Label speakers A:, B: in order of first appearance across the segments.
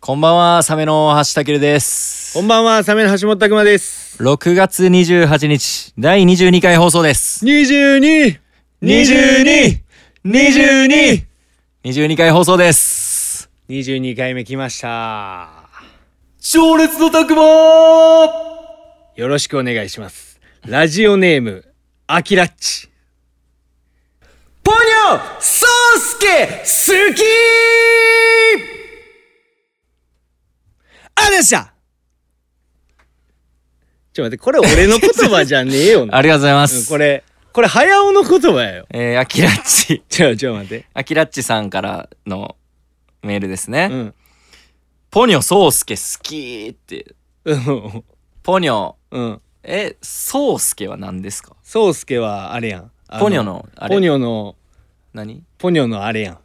A: こんばんは、サメの橋たけるです。
B: こんばんは、サメの橋本拓馬です。
A: 6月28日、第22回放送です。
B: 22!22! 22
A: 22! 22回放送です。
B: 22回目来ました。
A: 情熱のたくま
B: よろしくお願いします。ラジオネーム、アキラッチ。ポニョソースケ好きあらしゃちょっと待って、これ俺の言葉じゃねえよな。
A: ありがとうございま
B: うん
A: す。
B: これ、これ早尾の言葉やよ。
A: えー、アキラッチ、
B: ちょ、ちょ、待って。
A: アキラッチさんからのメールですね。
B: うん。
A: ポニョソースケ好きって。
B: うん
A: ポニョ、
B: うん。
A: え、ソースケは何ですか
B: ソースケはあれやん。あ
A: ポニョの、あれ
B: ポニョの、
A: 何
B: ポニョのあれやん。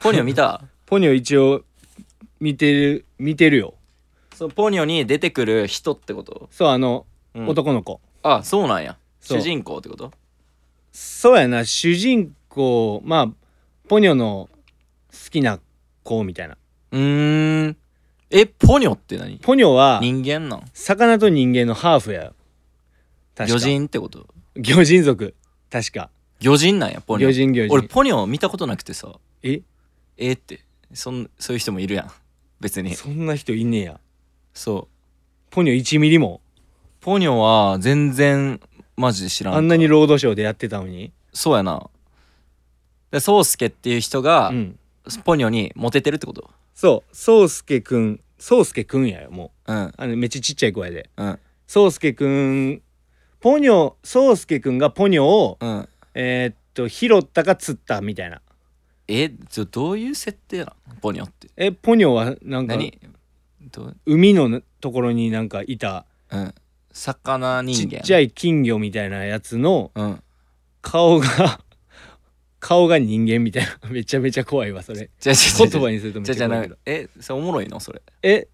A: ポニョ見た
B: ポニョ一応、見てる、見てるよ。
A: そのポニョに出てくる人ってこと、
B: そう、あの、
A: うん
B: 男の子。
A: あそうなんや
B: そう
A: 主人公ってこと
B: そうやな、主人公、まあ、ポニョの好きな子みたいな。
A: うーんえポニョって何
B: ポニョは、
A: 人間なん
B: 魚と人間のハーフやよ。確か
A: 魚。人ってこと
B: 魚人族。確か。
A: 魚人なんやポニョ
B: 魚人魚人
A: 俺ポニョ見たことなくてさ
B: え
A: えーってそんそういう人もいるやん別に
B: そんな人いんねや。
A: そう
B: ポニョ1ミリも。
A: ポニョは全然マジで知らん
B: あんなにロードショーでやってたのに。
A: そうやなでソウスケっていう人が、
B: うん。
A: ポニョにモテてるってこと
B: そう、宗介くん、宗介くんやよ、もう。
A: うん
B: あの、めっちゃちっちゃい子やで。
A: うん
B: 宗介くん、ポニョ、宗介くんがポニョを、
A: うん
B: えーっと、拾ったか釣ったみたいな。
A: えちょどういう設定なのポニョって
B: え、ポニョはなんか、
A: 何どう
B: 海のところになんかいた、
A: うん魚
B: ち
A: 人間
B: っちゃい金魚みたいなやつの
A: うん
B: 顔が、 顔が人間みたいな。 めちゃめちゃ怖いわ、それ。
A: じゃじゃ
B: 言葉にするとめっ
A: じゃ
B: ち
A: じ
B: ゃ
A: ゃ
B: 怖い
A: な
B: けど
A: い。えそれおもろいのそれ
B: え、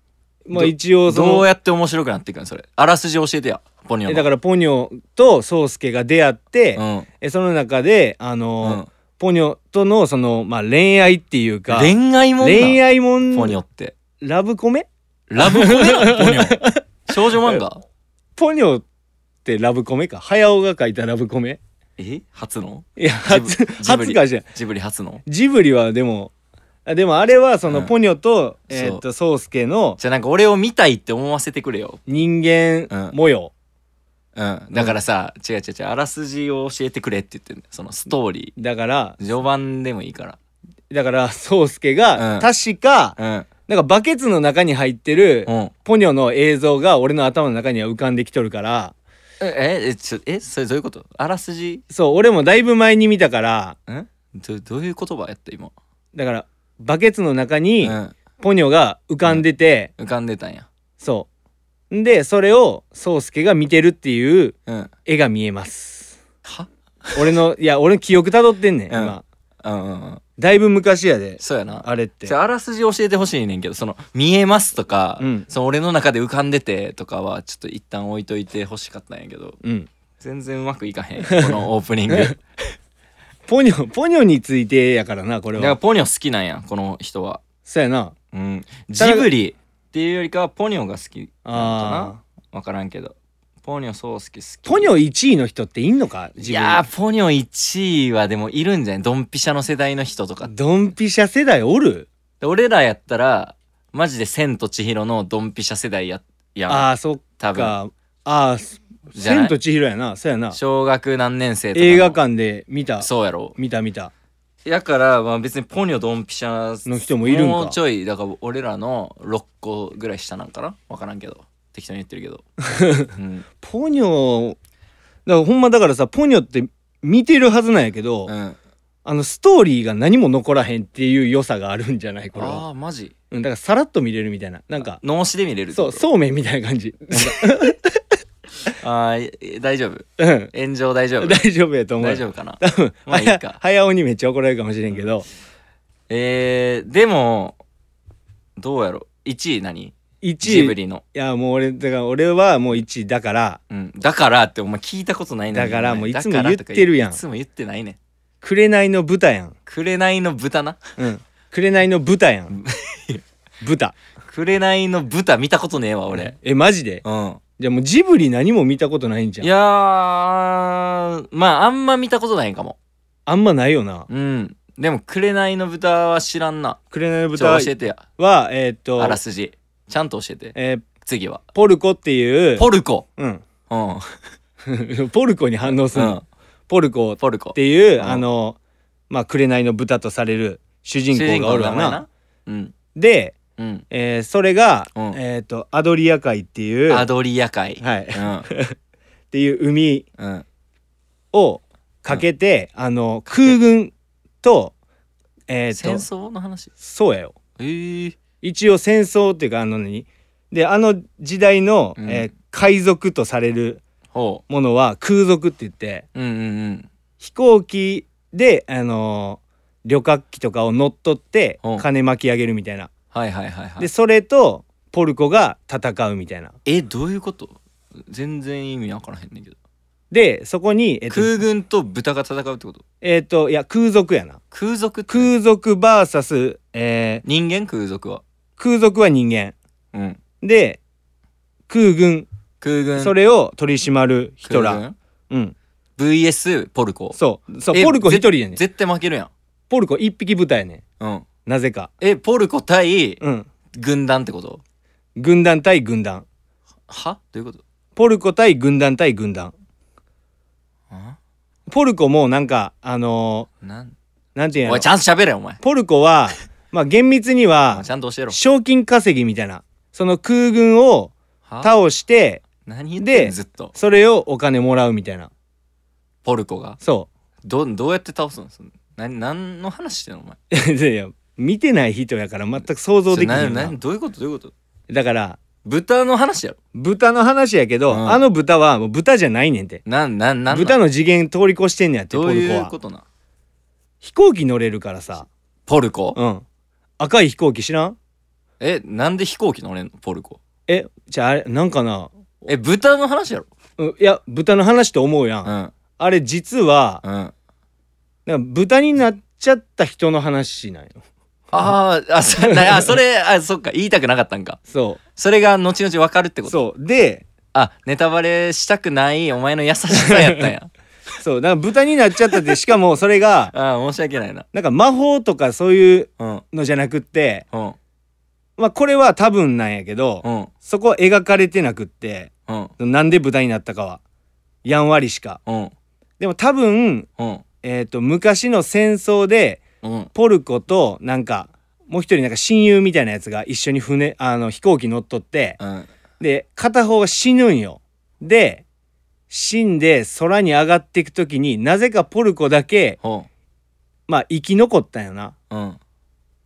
B: まあ
A: ど
B: 一応その、
A: どうやって面白くなっていくのそれあらすじ教えてやポニョ
B: え
A: の
B: だからポニョと宗介が出会って、
A: うん
B: えその中であのー
A: うん
B: ポニョとのその、まあ、恋愛っていうか
A: 恋愛もんなん
B: 恋愛もん
A: ポニョって
B: ラブコメ
A: ラブコメなのポニ ョ少女漫画
B: ポニョってラブコメか早尾が書いたラブコメ
A: え初の
B: いや
A: ジ
B: 初
A: ブジブリ
B: 初かじゃん
A: ジブリ初の
B: ジブリはでもあでもあれはその、
A: うん
B: ポニョと
A: そう
B: えーっと宗介の
A: じゃあなんか俺を見たいって思わせてくれよ
B: 人間
A: うん
B: 模様、
A: うんだからさ違う違う違うあらすじを教えてくれって言ってんだよそのストーリ
B: だから
A: ー序盤でもいいか
B: だから宗介
A: う
B: が、
A: ん
B: 確からなんかバケツの中に入ってる、
A: うんうん
B: ポニョの映像が俺の頭の中には浮かんできとるから
A: ええちょえそれどういうことあらすじ
B: そう俺もだいぶ前に見たから
A: んどどういう言葉やった今、
B: だからバケツの中
A: う
B: に
A: ん、
B: ポニョが浮かんでて、
A: 浮かんでたんや
B: そうんでそれを宗介が見てるっていう
A: うん
B: 絵が見えます
A: は
B: 俺のいや俺の記憶たどってんねん、
A: うん
B: 今
A: うんうんうん
B: だいぶ昔やで
A: そうやな
B: あれって
A: じゃああらすじ教えてほしいねんけどその「見えます」とか、
B: うん
A: その俺の中で浮かんでてとかはちょっと一旦置いといてほしかったんやけど
B: うん
A: 全然うまくいかへ んこのオープニングだか
B: ポニョポニョについてやからなこれ
A: ら
B: は
A: ポニョ好きなんやこの人は
B: そうやな
A: うんジブリっていうよりかはポニョが好きなの
B: あ
A: かな分からんけどポニョそう好き好き
B: ポニョ1位の人っていんのか自分
A: いやーポニョ1位はでもいるんじゃないドンピシャの世代の人とか
B: ドンピシャ世代おる
A: で俺らやったらマジで「千と千尋」のドンピシャ世代ややん
B: ああそっ
A: 多分
B: かああ「
A: じゃない
B: 千と千尋」やなそうやな
A: 小学何年生とかの
B: 映画館で見た
A: そうやろ
B: 見た見た
A: やからまあ別にポニョドンピシャ
B: の人もいるんか
A: もうちょいだから俺らの6個ぐらい下なんかな分からんけど適当に言ってるけ ど、うん
B: ポニョだからほんまだからさポニョって見てるはずなんやけど、
A: うん、
B: あのストーリーが何も残らへんっていう良さがあるんじゃないこれは、
A: あーマジ
B: うん、だからさらっと見れるみたいななんか
A: 脳死で見れるって
B: そ
A: こ
B: う
A: と
B: そうめんみたいな感じ
A: あーえ大丈夫
B: うん
A: 炎上大丈夫
B: 大丈夫やと思う
A: 大丈夫かな多分まあいい
B: は
A: か
B: 早尾にめっちゃ怒られるかもしれんけど、
A: えー、でもどうやろ1位何
B: 1位
A: ジブリの、
B: いやもう俺だから俺はもう1位だから
A: うん、だからってお前聞いたことないのに
B: だからもういつも
A: だからとか
B: 言ってるやん
A: いつも言ってないね
B: 「紅の豚」やん
A: 紅の豚な
B: うん「紅の豚」やん豚
A: 紅の豚見たことねえわ俺
B: えマジで
A: うん
B: じゃあもうジブリ何も見たことないんじゃ
A: い
B: ん
A: やーまああんま見たことないかも
B: あんまないよな
A: うんでも「紅の豚」は知らんな
B: 「紅の
A: ちょ
B: 豚
A: 教えてや」
B: はえーっと
A: あらすじちゃんと教えて
B: えー
A: 次は
B: ポルコっていう
A: ポルコ
B: うん
A: うん
B: ポルコに反応す
A: う
B: る
A: ん
B: のポルコっ
A: ポルコ
B: ていう
A: うん
B: あのまあ紅の豚とされる主人公がおるわ
A: 名前
B: な
A: うん
B: で
A: うん
B: えーそれが
A: うん
B: えーっとアドリア海っていう
A: アドリア海
B: はいっ
A: う
B: ていう海
A: んうん
B: をかけて、あの空軍とえー
A: 戦
B: っ
A: 争
B: と
A: の話
B: そうやよ
A: ええ
B: 一応戦争っていうかあの何であの時代の、
A: うん
B: えー海賊とされる
A: ほ
B: ものは空賊って言って
A: ううんうんうん
B: 飛行機であのー旅客機とかを乗っ取って
A: うん
B: 金巻き上げるみたいな
A: はいはいはいは
B: で
A: い
B: それとポルコが戦うみたいな
A: えどういうこと全然意味わからへんねんけど
B: でそこにえっと,、
A: 空軍と豚が戦うってこと
B: えっといや空賊やな
A: 空賊って
B: 空賊 VS、えー
A: 人間空賊は
B: 空賊は人間
A: うん
B: で空軍
A: 空軍
B: それを取り締まるヒ
A: 空
B: ト
A: 軍
B: ラーうん
A: VS ポルコ
B: そうそう
A: え
B: ポルコ一人やねん
A: 絶対負けるや
B: ポルコ一匹豚やね
A: んうん
B: んなぜか
A: えポルコ対
B: うん
A: 軍団ってこと
B: 軍団対軍団
A: はどういうこと
B: ポルコ対軍団対軍団
A: あ
B: ポルコもなんかあの
A: なん
B: ー、なんていうん
A: お
B: や
A: いち
B: ろ
A: ゃんと喋れよお前
B: ポル コはまあ厳密に
A: お
B: は
A: 前ちゃんと教えろ
B: 賞金稼ぎみたいなその空軍を
A: は
B: 倒して
A: 何言ってん
B: で
A: ずっと
B: それをお金もらうみたいな
A: ポルコが
B: そ
A: どどうやって倒すのその何何の話してんのお前
B: う いや見てない人やから全く想像できない
A: それ何何どういうことどういうこと
B: だから
A: 豚の話やろ
B: 豚の話やけど、
A: うん
B: あの豚はもう豚じゃないねんて
A: なんなんなんなん
B: 豚の次元通り越してんねやって
A: ど
B: ポ
A: う
B: ルコ
A: いう
B: は
A: ことな
B: 飛行機乗れるからさ
A: ポルコ
B: うん赤い飛行機知らん
A: えなんで飛行機乗れんのポルコ
B: えじゃああれなんかな
A: え豚の話やろ
B: うんいや豚の話と思うやん、
A: うん
B: あれ実は
A: うんあ
B: なんか豚になっちゃった人の話なんよ
A: あーあそ なあそれあそっか言いたくなかったんか
B: そ
A: それが後々わかるって
B: う
A: こと
B: そうで
A: あネタバレしたくないお前の優しさやったん や
B: そうなんか豚になっちゃったってしかもそれが
A: ああ申し訳ないな
B: なんか魔法とかそういう
A: うん
B: のじゃなくって
A: うん
B: まあこれは多分なんやけど、
A: うん
B: そこ描かれてなくって
A: うん
B: なんで豚になったかはやんわりしか
A: うん
B: でも多分、
A: うん
B: えー、と昔の戦争で
A: うん
B: ポルコとなんかもう一人なんか親友みたいなやつが一緒に船あの飛行機乗っとって
A: うん
B: で片方が死ぬんよ。で死んで空に上がっていく時になぜかポルコだけ
A: ほ
B: まあ生き残ったんよな。
A: ううん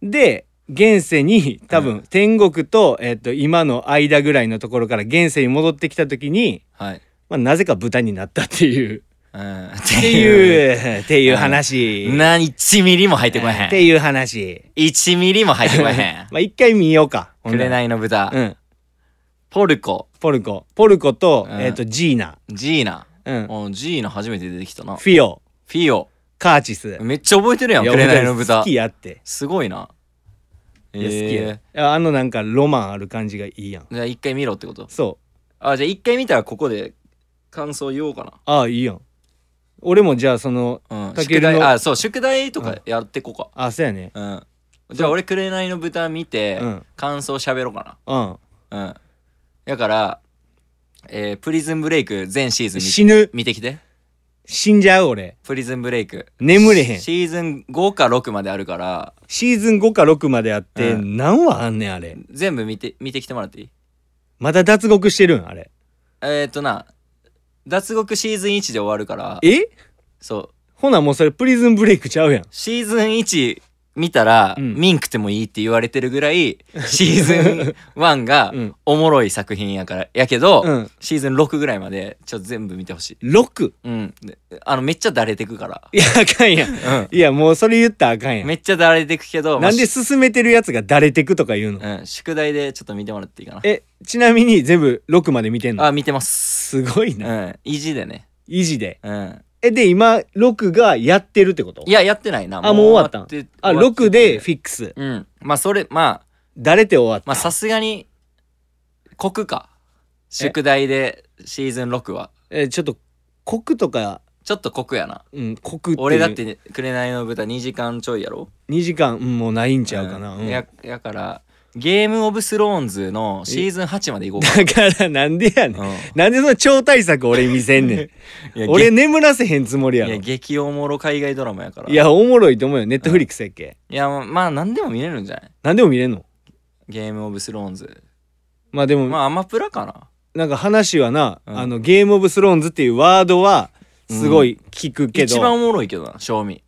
B: で現世に多分、
A: うん
B: 天国と,、えっと今の間ぐらいのところから現世に戻ってきた時に、
A: はい
B: まあ、なぜか豚になったっ ていう。
A: うんっ
B: っていう、っていう話。
A: な1ミリも入ってこ
B: っ
A: へ
B: て
A: ん
B: いう話。
A: 1ミリも入って こへん
B: まあ、一回見ようか。ほんなら
A: 紅の豚
B: うん。
A: ポルコ
B: ポルコ。ポルコと、
A: うん
B: えっと、ジーナ。
A: ジーナ
B: うん。
A: おジーナ初めて出てきたな
B: フィオ。
A: フィオ
B: カーチス。
A: めっちゃ覚えてるやん
B: いや
A: 紅の
B: 俺好
A: 豚
B: きやって。
A: すごいない
B: や、好きや
A: え。
B: いやあのなんかロマンある感じがいいやん。
A: ーじゃあ一回見ろってこと
B: そう。
A: あじゃあ一回見たらここで感想言おうか
B: ああ、いいやん。俺もじゃあその、
A: なうん
B: た
A: 宿
B: けるの
A: 題あそう宿題とかやってこうか
B: あ、そうやね。
A: うんじゃあ俺紅の豚見て
B: うん
A: 感想喋ろうか
B: うん。
A: なうんだからえープリズンブレイク全シーズン見て
B: 死ぬ。
A: 見てきて
B: 死んじゃう俺。
A: プリズンブレイク
B: 眠れへん
A: シーズン5か6まであるから
B: シーズン5か6まであって、
A: う
B: 何話あんねん、あれ。
A: 全部見て見てきてもらっていい
B: まだ脱獄してるん、あれ。
A: えー、っとな脱獄シーズン1で終わるから
B: え
A: そう
B: ほなもうそれプリズンブレイクちゃうやん。
A: シーズン1見たら、
B: うん
A: ミンクてもいいって言われてるぐらいシーズン1が
B: うん
A: おもろい作品やからやけど、
B: うん
A: シーズン6ぐらいまでちょっと全部見てほしい
B: 6?
A: うんであのめっちゃだれてくから
B: いや、あかんやん。
A: う
B: いや、もうそれ言ったらあかんや
A: ん
B: ん。
A: めっちゃだれてくけど
B: なんで
A: ま
B: 進めてるやつがだれてくとか言うの
A: あしうん、宿題でちょっと見てもらっていいかな
B: え、ちなみに全部6まで見てんの
A: あ見てます
B: すごいうな。
A: ん意地でね
B: 維持で。
A: うん
B: え、で、今、6がやってるってこと
A: いややってないな
B: あ、もう終わったん
A: て
B: あ、
A: 終わって
B: 6
A: て
B: でフィックス。
A: うんまあそれまあ
B: 誰って終わった、
A: まあさすがに国か宿題でシーズン6は
B: えーちょっとコクとか
A: ちょっと国やな
B: うんコクって
A: 俺だって「紅の豚」2時間ちょいやろ
B: 2時間うんもうないんちゃうかな、
A: う
B: うんん
A: ややからゲームオブスローンズのシーズン8まで行こ
B: だからなんでやね ん、
A: うか、うん
B: なんでその超大作俺見せんね
A: いや
B: ん俺眠らせへんつもりや
A: い
B: ろ
A: や
B: い
A: 激おもろ海外ドラマやから
B: やおもろいと思うよネットフリックスやっけ、
A: いやまあ何でも見れるんじゃない
B: なん、何でも見れんの
A: ゲームオブスローンズ
B: まあでも、
A: まあアマプラかな
B: なんか話はな、
A: うん
B: あのゲームオブスローンズっていうワードはすごい聞くけど、
A: 一番おもろいけどな賞味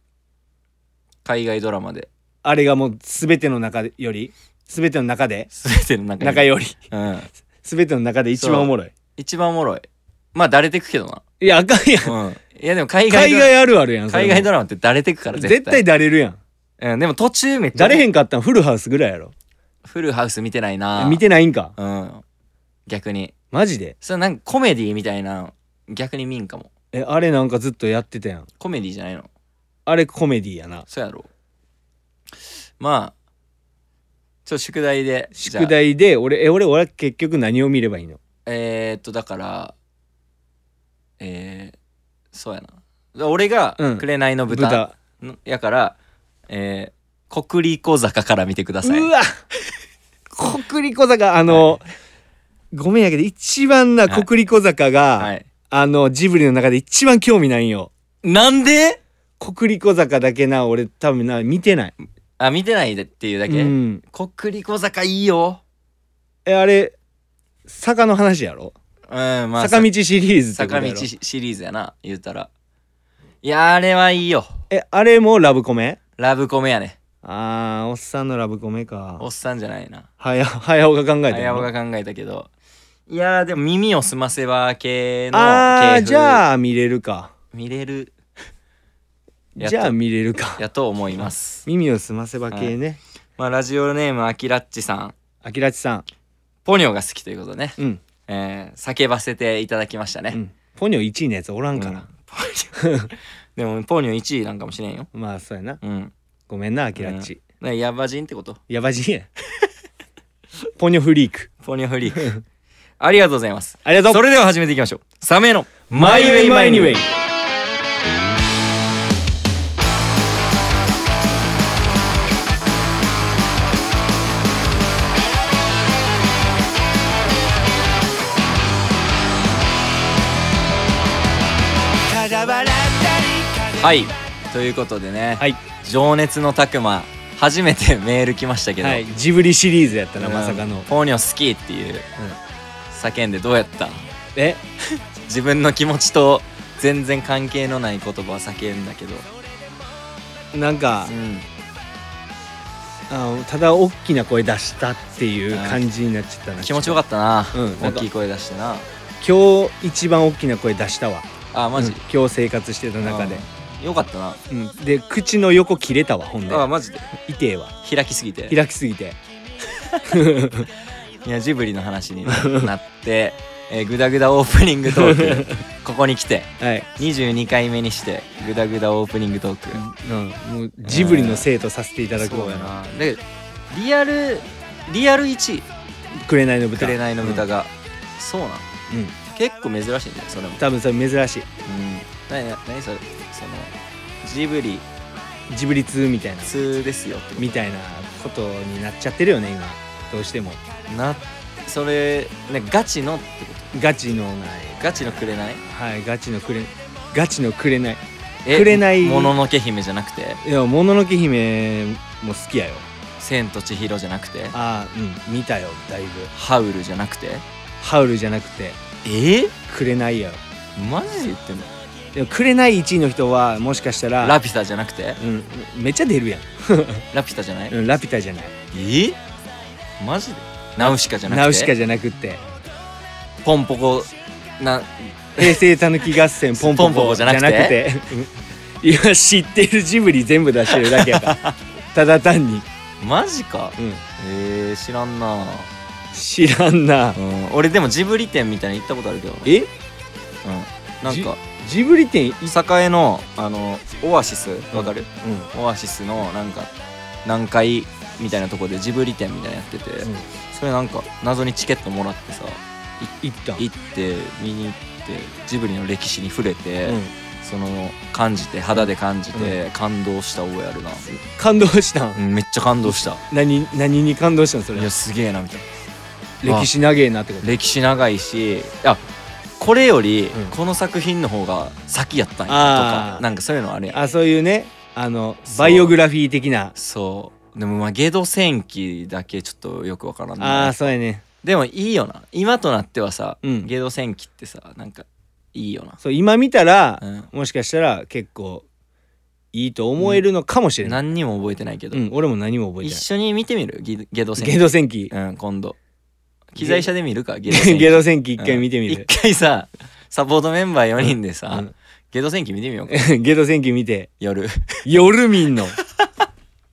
A: 海外ドラマ で
B: あれがもう全ての中でより全ての中で
A: 全ての中に
B: 中より
A: うん、
B: 全ての中で一番おもろい
A: 一番おもろいまあだれてくけどな、
B: いやあかんやん
A: うん、いやでも海外
B: 海
A: ドラ
B: 外あるあるやん
A: マ
B: それ
A: 海
B: も
A: 外ドラマってだれてくから絶
B: 絶対
A: 対
B: だれるやん
A: うん、でも途中めっちゃ
B: だれへんかったんフルハウスぐらいやろ
A: フルハウス見てないな
B: 見てないんか
A: うん逆に
B: マジで
A: それなんかコメディみたいな逆に見んかも
B: えあれなんかずっとやってたやん
A: コメディじゃないの
B: あれコメディやな
A: そうやろまあちょっと宿題でじゃあ
B: 宿題で俺え俺俺は結局何を見ればいいの
A: えー、っとだからえー、そうやなだから俺が
B: う
A: 「
B: ん
A: 紅の豚」のやからえー、国立小坂から見てくださいう
B: わ国立小坂あの、ごめんやけど一番な
A: はい
B: 国立小坂が、
A: はい
B: あのジブリの中で一番興味ないんよ
A: なんで
B: 国立小坂だけな俺多分な見てない
A: あ見てないっていうだけ、
B: うん
A: 国立小坂いいよ
B: えあれ坂の話やろ、
A: うんまあ
B: 坂道シリーズってこと
A: 坂
B: やろ
A: 道シリーズやな言うたらいやあれはいいよ
B: えあれもラブコメ
A: ラブコメやね
B: あーおっさんのラブコメか
A: おっさんじゃないな
B: はや早尾が考えて
A: 早尾が考えたけどいやーでも耳をすませば系の
B: あ
A: 系
B: あ
A: 譜
B: じゃあ見れるか
A: 見れるやっと
B: じゃあ見れるか
A: やと思います
B: 耳をすませば系ね、
A: まあラジオネームアキラッチさん
B: あきらちさ
A: ポニョが好きということでね、
B: んうん、
A: えー叫ばせていただきました
B: う
A: ね、
B: ん、ポニョ1位のやつおらんか
A: うん
B: ら、
A: ポニョ でもポニョ1位なんかもしれんよ
B: まあそうやな
A: うん
B: ごめんなあきらっち、
A: ねヤバ人ってこと
B: やばじんやポニョフリーク
A: ポニョフリー クありがとうございます
B: ありがとう
A: それでは始めていきましょうサメの
B: マイウェイマイニウェイ
A: はいということでね、
B: はい、
A: 情熱のたくま初めてメール来ましたけど、
B: はい、ジブリシリーズやったな
A: うん
B: まさかの
A: ポニョ好きっていう、叫んでどうやった
B: え
A: 自分の気持ちと全然関係のない言葉は叫んだけど、
B: なんか
A: うん、
B: あのただ大きな声出したっていう感じになっちゃったな
A: 気持ちよかったな、
B: うんなん
A: 大
B: か
A: きい声出してな
B: 今日一番大きな声出したわ
A: あマジ、
B: うん今日生活してた中で、
A: うんよかったな
B: うん、で口の横切れたわほんで
A: あマジで
B: 痛えわ
A: 開きすぎて
B: 開きすぎて
A: いやジブリの話にな って、えー、グダグダオープニングト ークここに来て
B: はい、
A: 22回目にしてグダグダオープニングトーク、
B: うん、もうジブリの生徒させていただこうやな
A: そうやなでリアルリアル1位
B: 「紅
A: 「
B: の豚」
A: 紅の豚
B: が、
A: が」そうなん
B: うんうん
A: 結構珍しいんだよそれも
B: 多分それ珍し
A: うん何何それそのジブリ
B: いジブリ通みたいな
A: 2ですよってこ
B: みたいなことになっちゃってるよね今どうしても
A: となそれねガチのってこ
B: ガチのない
A: とガチの紅
B: はいガチのくれガチのくれない
A: え
B: 紅
A: もののけ姫じゃなくて
B: いやもののけ姫も好きやよ
A: 千と千尋じゃなくて
B: ああうん見たよだいぶ
A: ハウルじゃなくて
B: ハウルじゃなくて
A: え
B: くれないやろ
A: マジで言ってんの
B: でもくれない1位の人はもしかしたら
A: ラピュタじゃなくて
B: うんめっちゃ出るやん、
A: ラピュタじゃない
B: うん、ラピュタじゃない
A: えマジでナウシカじゃなくて
B: ナウシカじゃなくって
A: ポンポコな
B: 平成たぬき合戦ポンポコ
A: ポンポコじゃなくて
B: うんいや知ってるジブリ全部出してるだけやから ただ単に、
A: マジか
B: うん、
A: えー、知らんな、
B: 知らんな
A: うん、俺でもジブリ店みたいに行ったことあるけどな
B: え
A: うん、なん
B: じ
A: か
B: ジブリ店い
A: 栄のあのオアシスわかる、
B: うん
A: オアシスのなんか南海みたいなとこでジブリ展みたいなのやってて、
B: うん
A: それなんか謎にチケットもらってさ
B: 行った
A: 行って見に行ってジブリの歴史に触れて、
B: うん
A: その感じて肌で感じて、感動した覚えあるな、
B: 感動したん
A: うんめっちゃ感動した
B: 何何に感動したんそれ
A: いやすげえなみたいな
B: 歴史長えなってこと
A: 歴史長いしあこれより
B: うん
A: この作品の方が先やったんやと
B: あー
A: か、なんかそういうのあるやん
B: あそういうねあの
A: そう
B: バイオグラフィー的な
A: そうでもまあゲド戦記だけちょっとよくわからん
B: あ
A: な
B: あ
A: い
B: そうやね
A: でもいいよな今となってはさ、
B: うん
A: ゲド戦記ってさなんかいいよな、
B: そう今見たら
A: う
B: もしかしたら結構いいと思えるのかもしれ
A: ん、
B: ない
A: 何にも覚えてないけど、
B: うん俺も何も覚え
A: 一
B: て
A: 緒に見てみるゲゲド戦
B: ない
A: 記
B: ゲド戦記
A: うん今度機材車で見るかゲド戦記
B: ゲド戦記一回見てみ
A: うん
B: る
A: 一回さサポートメンバー4人でさ、
B: うん
A: ゲド戦記見てみようか
B: ゲド戦記見て
A: 夜
B: 夜見ん の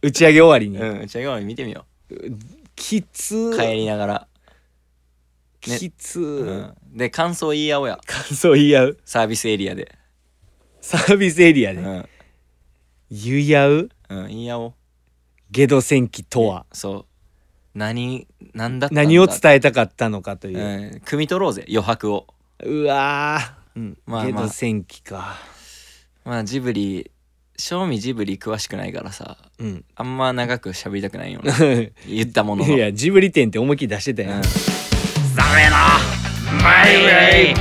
B: 打ち上げ終わりに
A: うんじゃあ今見てみよ
B: きつ
A: う帰りながら、ね
B: きつ
A: うん、で感想言い合おうや
B: 感想言い合う
A: サービスエリアで、
B: サービスエリア
A: う
B: で
A: ん
B: 言い合う
A: うん、言い合おう
B: ゲド戦記とは
A: そう何何だったんだ
B: 何を伝えたかったのかという
A: うん、汲み取ろうぜ余白を
B: うわー、うん
A: まあまあ
B: けど戦記か
A: まあジブリ正味ジブリ詳しくないからさ
B: うん
A: あんま長く喋りたくないよな 言ったもの
B: い
A: の
B: やジブリ展って思いっきり出してたやん、
A: てか デ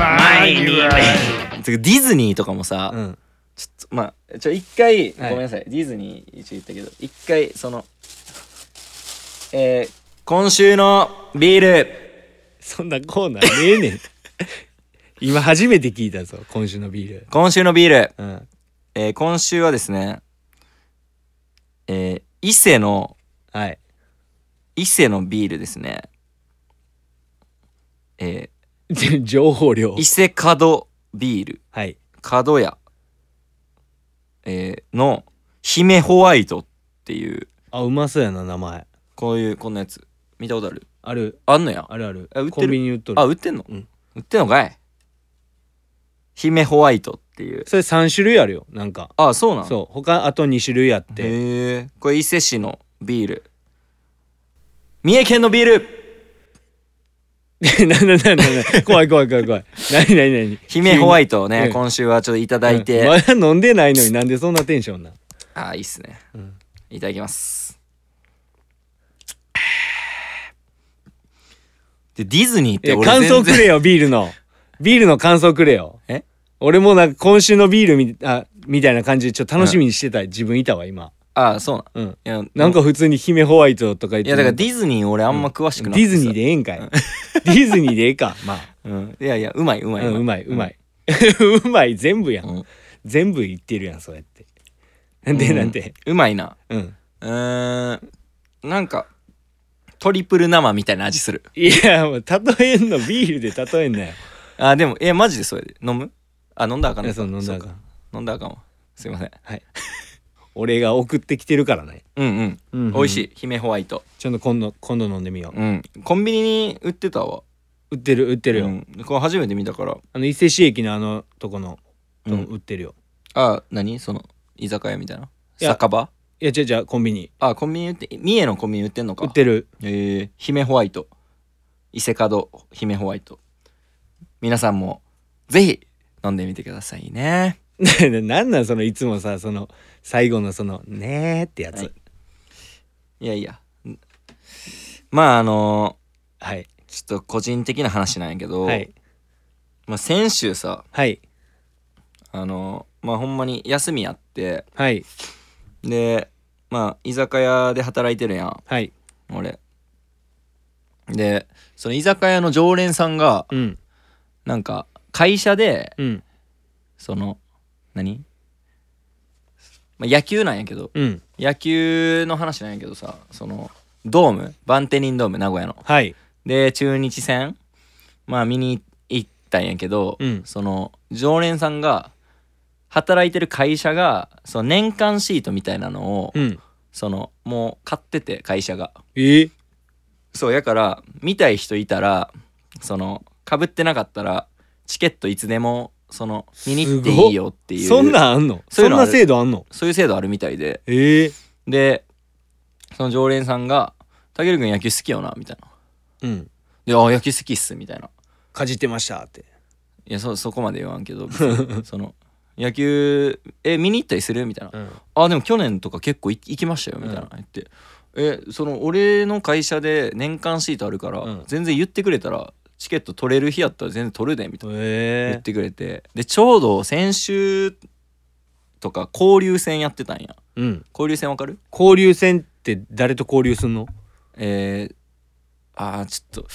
A: ィズニーとかもさ、
B: うん
A: ちょっとまあちょ一回、
B: はい
A: ごめんなさいディズニー一応言ったけど一回そのえー、今週のビール
B: そんなコーナーねえねん今初めて聞いたぞ今週のビール
A: 今週のビール、
B: うん
A: えー、今週はですねえー、伊勢の
B: はい
A: 伊勢のビールですねえ
B: じ情報量
A: ー、伊勢門ビール
B: はい
A: 角屋、えー、の姫ホワイトっていう
B: あうまそうやな名前
A: こういうこんなやつ見たことある
B: ある
A: あんのや
B: あるある
A: あ売ってる
B: コンビニに売っとる
A: あ売ってんの、
B: うん
A: 売ってんのかい姫ホワイトっていう
B: それ3種類あるよなんか
A: あそうなん
B: そう他あと2種類あって
A: へえこれ伊勢市のビール三重県のビール
B: ななななな怖い怖い怖い怖い何何何
A: 姫ホワイトをね、
B: うん
A: 今週はちょっといただいて、
B: うんまだ飲んでないのになんでそんなテンションなん
A: あーいいっすね、
B: ん
A: いただきますでディズニーっ
B: い
A: て
B: や
A: 俺
B: 感想
A: 全
B: く
A: 然
B: れよビールのビールの感想くれよ
A: え
B: 俺もなんか今週のビールみあみたいな感じでちょっと楽しみにしてた、自分いたわ今
A: ああそう
B: うん
A: なんいや
B: なんか普通に姫ホワイトとか言って
A: いやだからディズニー俺あんま詳しくなく
B: デ
A: て
B: ィ
A: さ
B: ズニーで、ええんかいディズニーでええかまあ
A: うん、いやいやうまいうまい
B: うんうまい
A: うん
B: うまい、 うまい全部やん、
A: うん
B: 全部言ってるやんそうやってなんで、
A: うん
B: なんで
A: うまいな
B: うん
A: うーんなんかトリプル生みたいな味する
B: いやもう例えんのビールで例えんなよ
A: あーでもえマジでそれで飲むあ飲んだらあかんの
B: いや
A: か
B: そう飲んだらあ
A: そ
B: か
A: うんか飲んだらあかんわすいません
B: はい俺が送ってきてるからね
A: うんうん、
B: うんうん
A: 美味しい姫ホワイト
B: ちょっと今度今度飲んでみよう、
A: うんコンビニに売ってたわ
B: 売ってる売ってるよ、
A: うん、これ初めて見たから
B: あの伊勢市駅のあのとこ
A: うん
B: の、と売ってるよ
A: あ何その居酒屋みたいない
B: や
A: 酒場
B: いや違う違うコンビニ
A: あコンビニ売って三重のコンビニ売ってんのか
B: 売ってる
A: えー、姫ホワイト伊勢門姫ホワイト皆さんもぜひ飲んでみてくださいね
B: ななんなんそのいつもさその最後のその「ねー」ってや
A: は
B: つはいい、
A: いやいやんまああの
B: はい
A: ちょっと個人的な話なんやけど、
B: はい
A: まあ、先週さ
B: はい
A: あのまあほんまに休みあって
B: はい
A: でまあ居酒屋で働いてるやん
B: はい
A: 俺でその居酒屋の常連さんが
B: うん
A: なんか会社で
B: うん
A: その何、まあ、野球なんやけど
B: うん
A: 野球の話なんやけどさそのドームバンテリンドーム名古屋の
B: はい
A: で中日戦まあ見に行ったんやけど、
B: うん
A: その常連さんが働いてる会社がその年間シートみたいなのを、
B: うん
A: そのもう買ってて会社が
B: えー、
A: そうやから見たい人いたらそのかぶってなかったらチケットいつでもその見に行っていいよっていう
B: そんなんあんの
A: そう
B: そ
A: いうんのあ
B: な
A: る
B: 制度あんの
A: そういう制度あるみたいで
B: えー、
A: でその常連さんが「たけるくん野球好きよな」みたいな
B: うん
A: 「であ野球好きっす」みたいな
B: かじってましたって
A: いやそそこまで言わんけど別 にその野球え見に行ったりするみたいな
B: うん
A: あでも去年とか結構い行きましたよみたいな
B: うん
A: 言って、えその俺の会社で年間シートあるから、
B: うん
A: 全然言ってくれたらチケット取れる日やったら全然取るでみたいな言っ
B: え
A: てくれてでちょうど先週とか交流戦やってたんや
B: うん
A: 交流戦わかる
B: 交流戦って誰と交流すんの
A: えー、あーちょっと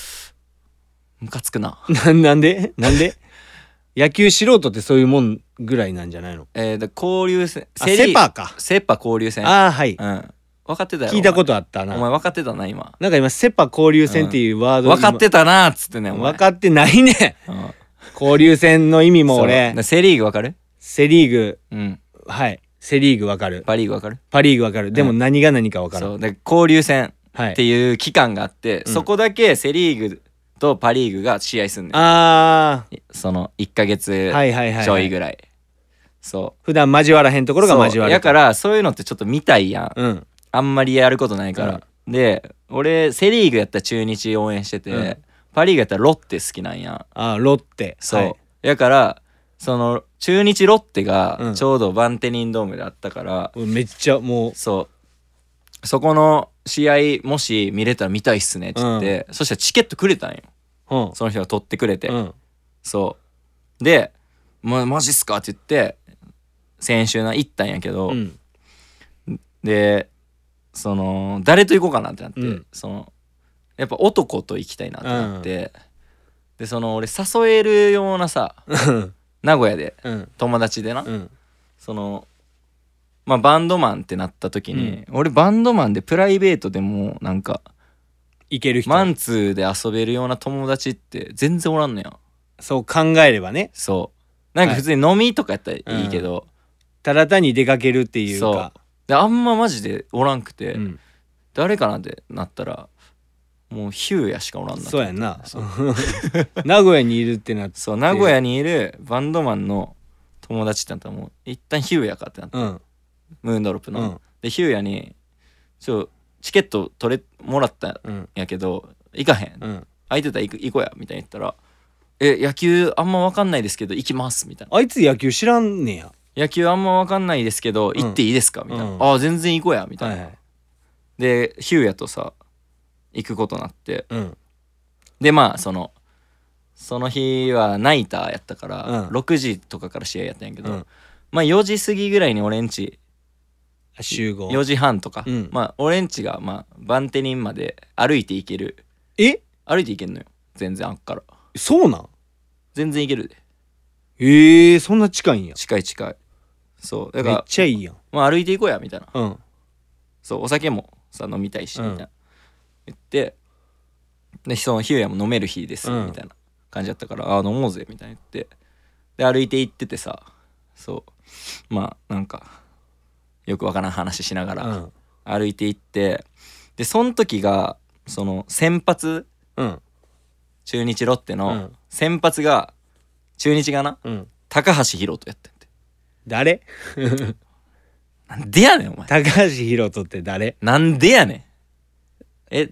A: ムカつくな
B: ななんでなんで 野球素人ってそういうもんぐらいなんじゃないの
A: えー、で交流戦
B: あ
A: リー
B: セパか
A: セパ交流戦
B: ああはい
A: うん分かってたよ
B: 聞いたこととあった
A: お
B: な
A: 前お
B: な
A: 前分かってたな今
B: んか今セパ交流戦っていうワード
A: 分かってたなっつってねお前
B: 分かってないね
A: うん
B: 交流戦の意味も
A: そ
B: 俺
A: でセ・リーグわかる
B: セ・リーグ
A: うん
B: はいセ・リーグわかる
A: パ・リーグわかる
B: パ・リーグわかるでも何が何かわか
A: そ
B: る
A: うで交流戦
B: は
A: って
B: い
A: いう期間があって、
B: うん
A: そこだけセ・リーグとパ・リーグが試合すんねん
B: あ
A: その1ヶ月
B: あはいはいはい
A: ちょ
B: はい
A: ぐ
B: い
A: らい、そ
B: 普段交わらへんとこ
A: う
B: ろが交
A: そう
B: わる
A: やからそういうのってちょっと見たいやん、
B: うん
A: あんまりやることないから、で俺セ・リーグやったら中日応援してて、
B: うん
A: パ・リーグやったらロッテ好きなんや
B: あーロッテ
A: そう、
B: はい
A: やからその中日ロッテ
B: う
A: が
B: ん
A: ちょうどバンテリンドームであったから、
B: 俺めっちゃもう
A: そうそこの試合もし見れたら見たいっすねって言って、そしたらチケットくれたんよ
B: うん
A: その人が取ってくれて、
B: うん
A: そうで「ま、マジっすか?」って言って先週な行ったんやけど、
B: うん
A: でその誰と行こうかなってなって、
B: うん
A: そのやっぱ男と行きたいなってなって、でその俺誘えるようなさ
B: うん
A: 名古屋で
B: うん
A: 友達でな、
B: うん
A: そのまあバンドマンってなった時に、俺バンドマンでプライベートでもなんか
B: いける人
A: マンツーで遊べるような友達って全然おらんのや
B: そう考えればね
A: そうなんか普通に飲みとかやったらいいけど、
B: ただ単に出かけるっていうか
A: であんまマジでおらんくて、
B: うん
A: 誰かなってなったらもうヒューヤしかおらんな
B: そうやんな
A: そう
B: 名古屋にいるってなって
A: そう名古屋にいるバンドマンの友達ってなったらもう一旦ヒューヤかってなって
B: うん
A: ムーンドロップ
B: う
A: の、
B: ん
A: でヒューヤにちょチケット取れもらったん
B: うん
A: やけど行かへん、
B: うん
A: 空いてたら行く行こうやみたいに言ったら「え野球あんま分かんないですけど行きます」みたいな
B: あいつ野球知らんねや
A: 「野球あんま分かんないですけど行っていいですか?」みたいな「
B: うん
A: ああ全然行こうや」みたい
B: は
A: な、
B: いはい
A: でヒューヤとさ行くことになって
B: うん
A: でまあそのその日はナイターやったから、
B: うん
A: 6時とかから試合やったんやけど、
B: うん
A: まあ4時過ぎぐらいに俺んち
B: 集合
A: 4時半とか、
B: うん
A: まあ俺んちがまあバンテリンまで歩いて行ける
B: え
A: 歩いて行けんのよ全然あっから
B: そうなん
A: 全然行けるで
B: えー、そんな近いんや
A: 近い近いそうだか
B: めっ
A: ら
B: ちゃいいやん
A: まあ歩いて行こうやみたいな
B: うん
A: そうお酒もさ飲みたいし
B: う
A: み
B: ん
A: たいな、言ってでそのヒューヤも飲める日です
B: うん
A: みたいな感じだったから、ああ飲もうぜみたいな言ってで歩いて行っててさそうまあなんかよくわからん話しなが
B: う
A: ら
B: ん
A: 歩いて行ってでその時がその先発
B: うん
A: 中日ロッテ
B: う
A: の
B: ん
A: 先発が中日がな
B: うん
A: 高橋宏斗やってんて
B: 誰
A: なんでやねんお前
B: 高橋宏斗って誰
A: なんでやねんえ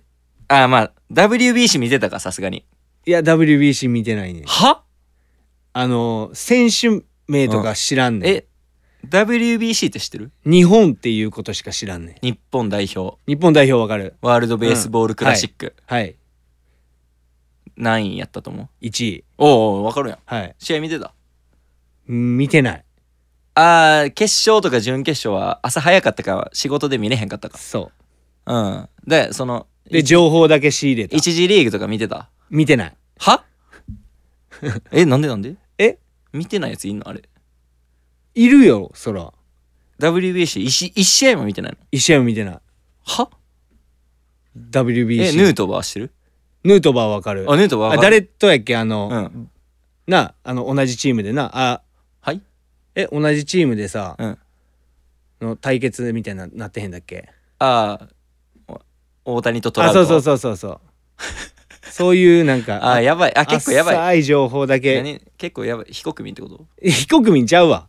A: あまあ WBC 見てたかさすがに
B: いや WBC 見てないね
A: は
B: あの選手名とか知らんねん、
A: え WBC って知ってる
B: 日本っていうことしか知らんねん
A: 日本代表
B: 日本代表わかる
A: ワールドベースボールクラシック、
B: はい
A: 何位やったと思う
B: 1位
A: おうおう分かるやん
B: はい
A: 試合見てた
B: 見てない
A: あー決勝とか準決勝は朝早かったから仕事で見れへんかったか
B: そ
A: うんでその
B: うで情報だけ仕入れた
A: 一次リーグとか見てた
B: 見てない
A: は えなんでなんで
B: え
A: 見てないやついんのあれ
B: いるよそら
A: WBC 一し一試合も見てないの
B: 一試合も見てない
A: は
B: WBC
A: えヌートバーしてる
B: ヌートバーわかる
A: あヌートバー
B: あ
A: わかる
B: 誰とやっけあの、
A: うん
B: なあの同じチームでなあ
A: はい
B: え同じチームでさ、
A: うん
B: の対決みたいななってへんだっけ
A: ああ大谷とトラ
B: あ
A: ウト
B: そうそうそうそうそう そういうなんか
A: あーやばいあ結構やばい
B: 浅い情報だけ
A: 何結構やばい非国民ってこと
B: 非国民ちゃうわ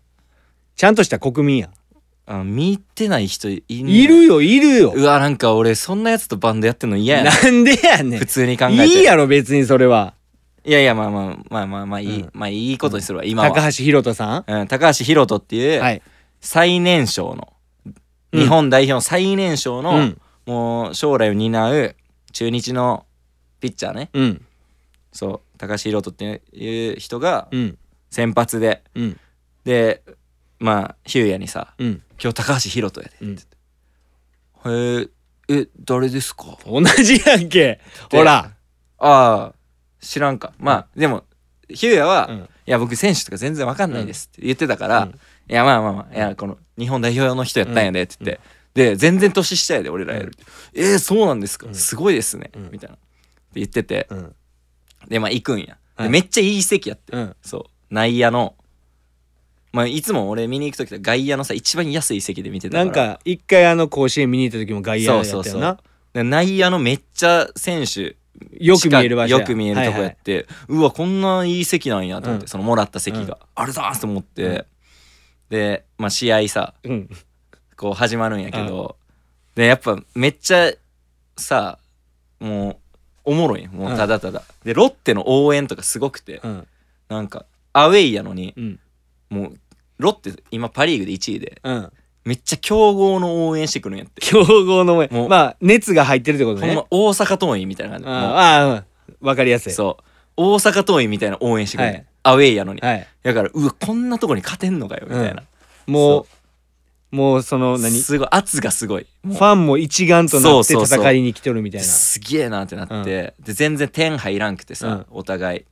B: ちゃんとした国民や
A: あ見入ってない人いんの
B: いるよ、いるよ
A: う。わなんか俺そんなやつとバンドやってんの嫌やな
B: なんでやね
A: 普
B: ん。
A: 通に考えて
B: いいやろ、別にそれは。
A: いやいやまあまあまあまあまあいい、
B: うん
A: まあいいことにするわ今は
B: 高橋宏斗さ
A: うん、高橋宏斗ってい
B: ん。は
A: う
B: い。
A: 最年少の、
B: うん
A: 日本代表の最年少の、
B: うん
A: もう将来を担う中日のピッチャーね
B: うん。
A: そう高橋宏斗っていう人が
B: うん。
A: 先発で、
B: うん。
A: でまあヒューヤにさ
B: うん。
A: 「今日高橋宏斗やで」
B: うん
A: って言って「へええ誰ですか?」
B: 同じやんけ。ほら。
A: ああ知らんかまあ、でもヒューヤは、
B: うん
A: いや僕選手とか全然わかんないですって言ってたから、
B: うん
A: いやまあまあまあいやこの日本代表の人やったんやでって言って、で全然年下やで俺らやる、えー、そうなんですか、
B: うん
A: すごいですね、
B: うん
A: みたいなって言ってて
B: うん。
A: でまあ行くんや、
B: は
A: で
B: い
A: めっちゃいい席やって、
B: うん。
A: そう内野のまあいつも俺見に行く時とか外野のさ一番安い席で見てたか
B: な
A: ら
B: んか、一回あの甲子園見に行った時も外野やった
A: そうそう
B: よ
A: そう
B: な。
A: で内野のめっちゃ選手
B: よく見える場所や。
A: よく見えるとこやって、うわこんないい席なんやと思って、
B: うん
A: そのもらった席が、
B: うん
A: あれだと思って、
B: うん
A: で、まあ、試合さ
B: はいはい。うん。
A: こう始まるんやけど、でやっぱめっちゃさもうおもろいんもうただただ、でロッテの応援とかすごくて、
B: うん。
A: なんかアウェイやのに
B: うん。
A: もうロッテ今パ・リーグで1位で
B: うん。
A: めっちゃ強豪の応援してくるんやって、
B: 強豪の前
A: もう
B: まあ熱が入ってるってこと
A: ほん
B: ね
A: ま大阪桐蔭みたいな感じもう
B: ああうんわかりやすい
A: そう大阪桐蔭みたいな応援してくるんや、
B: はい
A: アウェイやのに、
B: はい
A: だからうわこんなとこに勝てんのかよみたいな、
B: も
A: そう
B: もうその何フ
A: すごい圧がすごいもう
B: ァンも一丸となって
A: そうそうそう
B: 戦いに来とるみたいな
A: すげえなってなって、で全然点入らんくてさ、お互い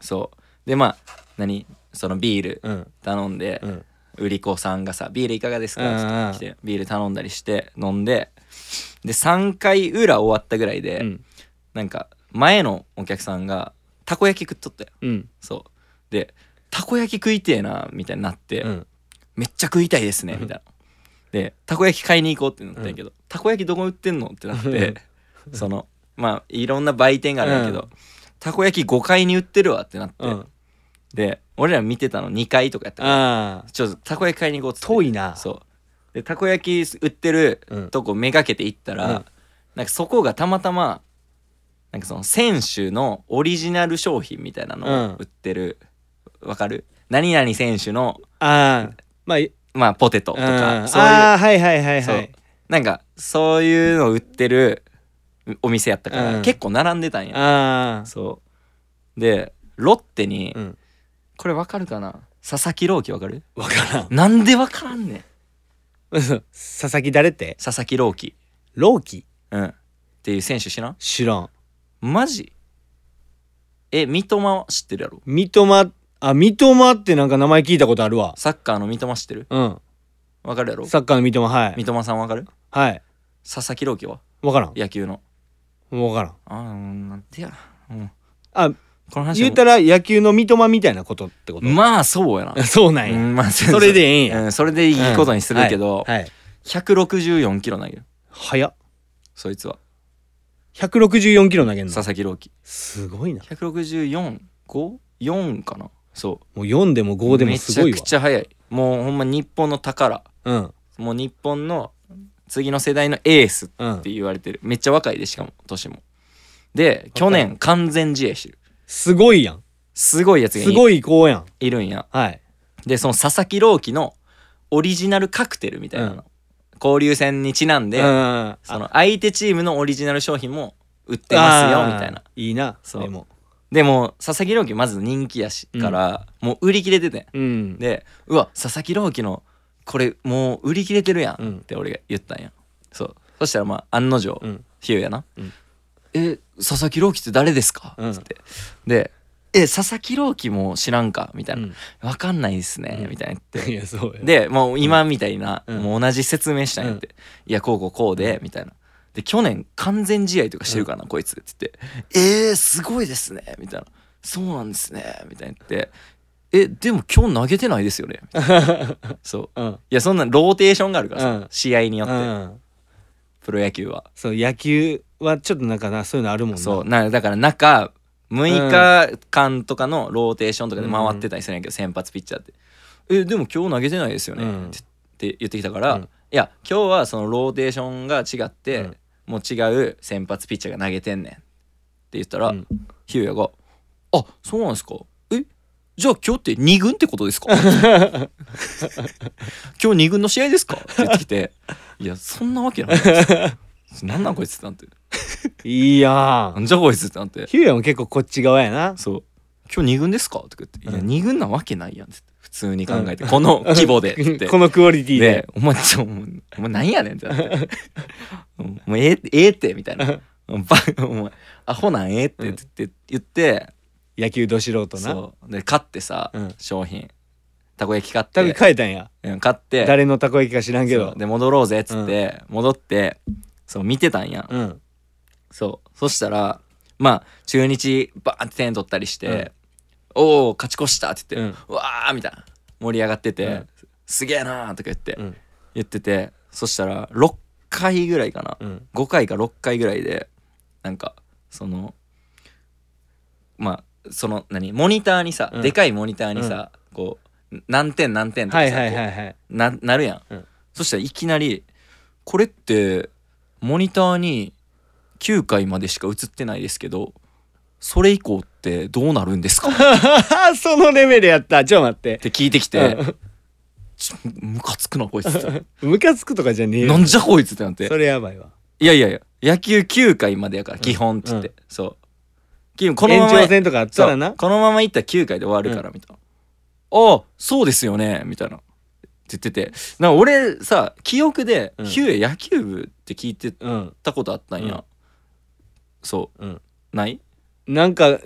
A: そうでまあ何そのビール
B: うん
A: 頼んで、
B: うん
A: 売り子さんがさ「ビールいかがですか?」って
B: うんうん
A: 来てビール頼んだりして飲んでで3回裏終わったぐらいで、
B: うん
A: なんか前のお客さんがたこ焼き食っとったよ
B: うん
A: そうで「たこ焼き食いてえな」みたいになって、
B: うん
A: めっちゃ食いたいですねみたいな。でたこ焼き買いに行こうってなったんやけど、たこ焼きどこ売ってんのってなって そのまあいろんな売店があるんやけど、
B: うん
A: たこ焼き5階に売ってるわってなって、
B: うん
A: で俺ら見てたの2階とかやったから
B: ああ
A: ちょっとたこ焼き買いに行こうっつって
B: 遠いな
A: そうでたこ焼き売ってる
B: うん
A: とこめがけて行ったら、
B: うん
A: なんかそこがたまたまなんかその選手のオリジナル商品みたいなのを売ってるわ、かる何々選手の
B: ああまあい
A: まあポテトと
B: うん
A: か
B: あ
A: そういう
B: あはいはいはい
A: そ
B: は
A: う
B: い
A: なんかそういうの売ってるお店やったから、
B: うん
A: 結構並んでたんや
B: ああ
A: そうでロッテに、
B: うん
A: これわかるかな佐々木朗希わかる
B: わからん
A: なんでわからんねん
B: 佐々木誰って
A: 佐々木朗希
B: ローキ
A: うんっていう選手知らん
B: 知らん
A: マジえ三笘は知ってるやろ
B: 三笘あ三笘ってなんか名前聞いたことあるわ
A: サッカーの三笘知ってる
B: うん
A: わかるやろ
B: サッカーの三笘はい
A: 三笘さんわかる
B: はい
A: 佐々木朗希は
B: わからん
A: 野球の
B: わからん
A: あーうんなんてやうん
B: あ
A: この話
B: 言うたら野球の三笘みたいなことってこと、
A: まあそうや な
B: そうなん
A: う
B: や、
A: ん まあ
B: それでええん や、
A: うん、それでいいことにするけど、
B: はいはい
A: 164キロ投げる
B: 早っ
A: そいつは
B: 164キロ投げんの
A: 佐々木朗希
B: すごいな
A: 1645かなそ
B: もう4でも
A: う
B: 5でもすごい
A: めちゃく
B: わ
A: ちゃ速いもうほんま日本の宝
B: うん
A: もう日本の次の世代のエースっ
B: うん
A: て言われてるめっちゃ若いでしかも年もで去年完全試合してる
B: すごいやん
A: すごいやつ
B: す
A: がい
B: ごい子やん
A: いるんや
B: はい
A: でその佐々木朗希のオリジナルカクテルみたいなの、
B: うん
A: 交流戦にちなんで、
B: うん
A: その相手チームのオリジナル商品も売ってますよみたいな
B: あーいいな
A: そう
B: でも
A: でも佐々木朗希まず人気やし
B: うん
A: から、もう売り切れてて
B: うん
A: でうわ佐々木朗希のこれもう売り切れてるや
B: うん
A: んって俺が言ったんや、そうそしたらまあ案の定、
B: うん
A: ヒューやな、
B: うん
A: え佐々木朗希って誰ですか?」
B: うん
A: つってで「え佐々木朗希も知らんか?」みたいうな「
B: ん
A: わかんないですね」
B: うん
A: みたいな言って
B: いやそうや
A: でもう今みたいな、
B: うん
A: もう同じ説明したんやって、いやこうこうこうで、みたいなで去年完全試合とかしてるからな、こいつっつって「えー、すごいですね」みたいな「そうなんですね」みたいな言って「えでも今日投げてないですよね」みたいなそう
B: うん
A: いやそんなローテーションがあるからさ、
B: うん
A: 試合によって、
B: うん
A: プロ野球は、
B: そう野球はちょっとなんかなそういうのあるもんな
A: そうなだから中6日間とかのローテーションとかで回ってたりするんやけど、先発ピッチャーって「えでも今日投げてないですよね」
B: うん
A: ってって言ってきたから、
B: うん
A: いや今日はそのローテーションが違って、
B: うん
A: もう違う先発ピッチャーが投げてんねんって言ったら、
B: うん
A: ヒューヤが「あそうなんですかえじゃあ今日って2軍ってことです か? 」今日2軍の試合ですか?」って言ってきて「いやそんなわけないです」 なんなんこいつ」ってなって
B: いいや
A: 「なんんじゃこいつ」ってなって
B: ヒューヤも結構こっち側やな
A: 「そう今日2軍ですか?」とか言って「いや
B: うん
A: 2軍なわけないやん」って普通に考えて「こ の規模で」って言って
B: このクオリティ
A: で
B: で、
A: お前ちょ、もうお前なんやねんってなって。うんもうええ、ええって、みたいな。バお前、アホなんええってって言って、言って
B: 野球ど素人な
A: そう。で、買ってさ
B: うん、
A: 商品。たこ焼き買った
B: こ焼
A: て
B: き、変えたんや
A: うん買って、
B: 誰のたこ焼きか知らんけ
A: そ
B: ど
A: うで、戻ろうぜっつって、戻って、そう、見てたんやん。
B: うん
A: そう。そしたら、まあ、中日、バーンって点取ったりして、おお、勝ち越したって言って、うわーみたいな。盛り上がって
B: う
A: て
B: ん、
A: すげえなーとか言って
B: う、ん
A: 言っててそしたら6回ぐらいかな、
B: うん
A: 5回か6回ぐらいでなんかそのまあその何モニターにさ、
B: うん
A: でかいモニターにさ、こう何点何点とか
B: は
A: さ、
B: いはいは
A: こ
B: いはいう
A: ななるやん、
B: うん
A: そしたらいきなり「これってモニターに9回までしか映ってないですけどそれ以降ってどうなるん ですか?」っ
B: そのレベルやったちょっと待って
A: て聞いてきて
B: うん
A: 「ちょムカつくなこい つ」って
B: ムカつくとかじゃねえよ
A: なんじゃこいつ」ってなって
B: それやばいわ
A: いやいやいや野球9回までやから基本っつって、
B: うん
A: そう基本この
B: 延
A: まま
B: 長戦とかあった
A: そ
B: らな
A: うこのままいったら9回で終わるからみたいな、ああそうですよねみたいなって言っててなんか俺さ記憶で
B: うん
A: ヒューエ野球部って聞いて
B: うん
A: たことあったんや、
B: うん
A: そ
B: うん
A: うない
B: なんか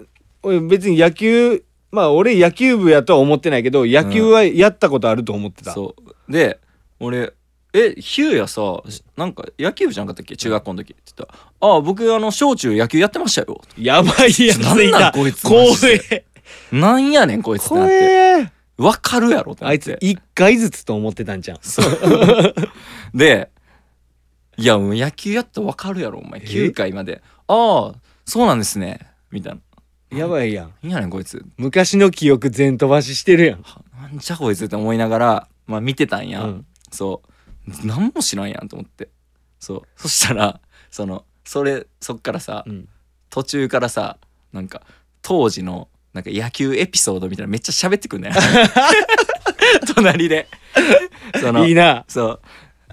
B: 俺別に野球まあ俺野球部やとは思ってないけど野球はやったことあると思ってた、
A: そうで俺「えヒューやさなんか野球部じゃなかったっけ中学校の時」って言ったら「ああ僕あの小中野球やってましたよ
B: やばいやつい
A: なんな
B: た
A: んこいつ
B: 怖
A: マジ
B: え」
A: なんやねんこいつってなっ
B: 怖
A: て
B: え
A: わかるやろってな
B: あ
A: っ
B: い
A: て
B: つ一回ずつと思ってたんじゃん
A: そう。で、いや、もう野球やったらわかるやろ、お前。
B: え
A: 9回まで。ああ、そうなんですね。みたいな。
B: やばいやん
A: いやねん、こいつ。
B: 昔の記憶全飛ばししてるやん
A: はなんじゃこいつって思いながら、まあ見てたんや。
B: うん
A: そう。なんも知らんやんと思って。そう。そしたら、その、それ、そっからさ、
B: うん
A: 途中からさ、なんか、当時の、なんか野球エピソードみたいなめっちゃ喋ってくん ねん。隣で。その
B: いいな
A: そ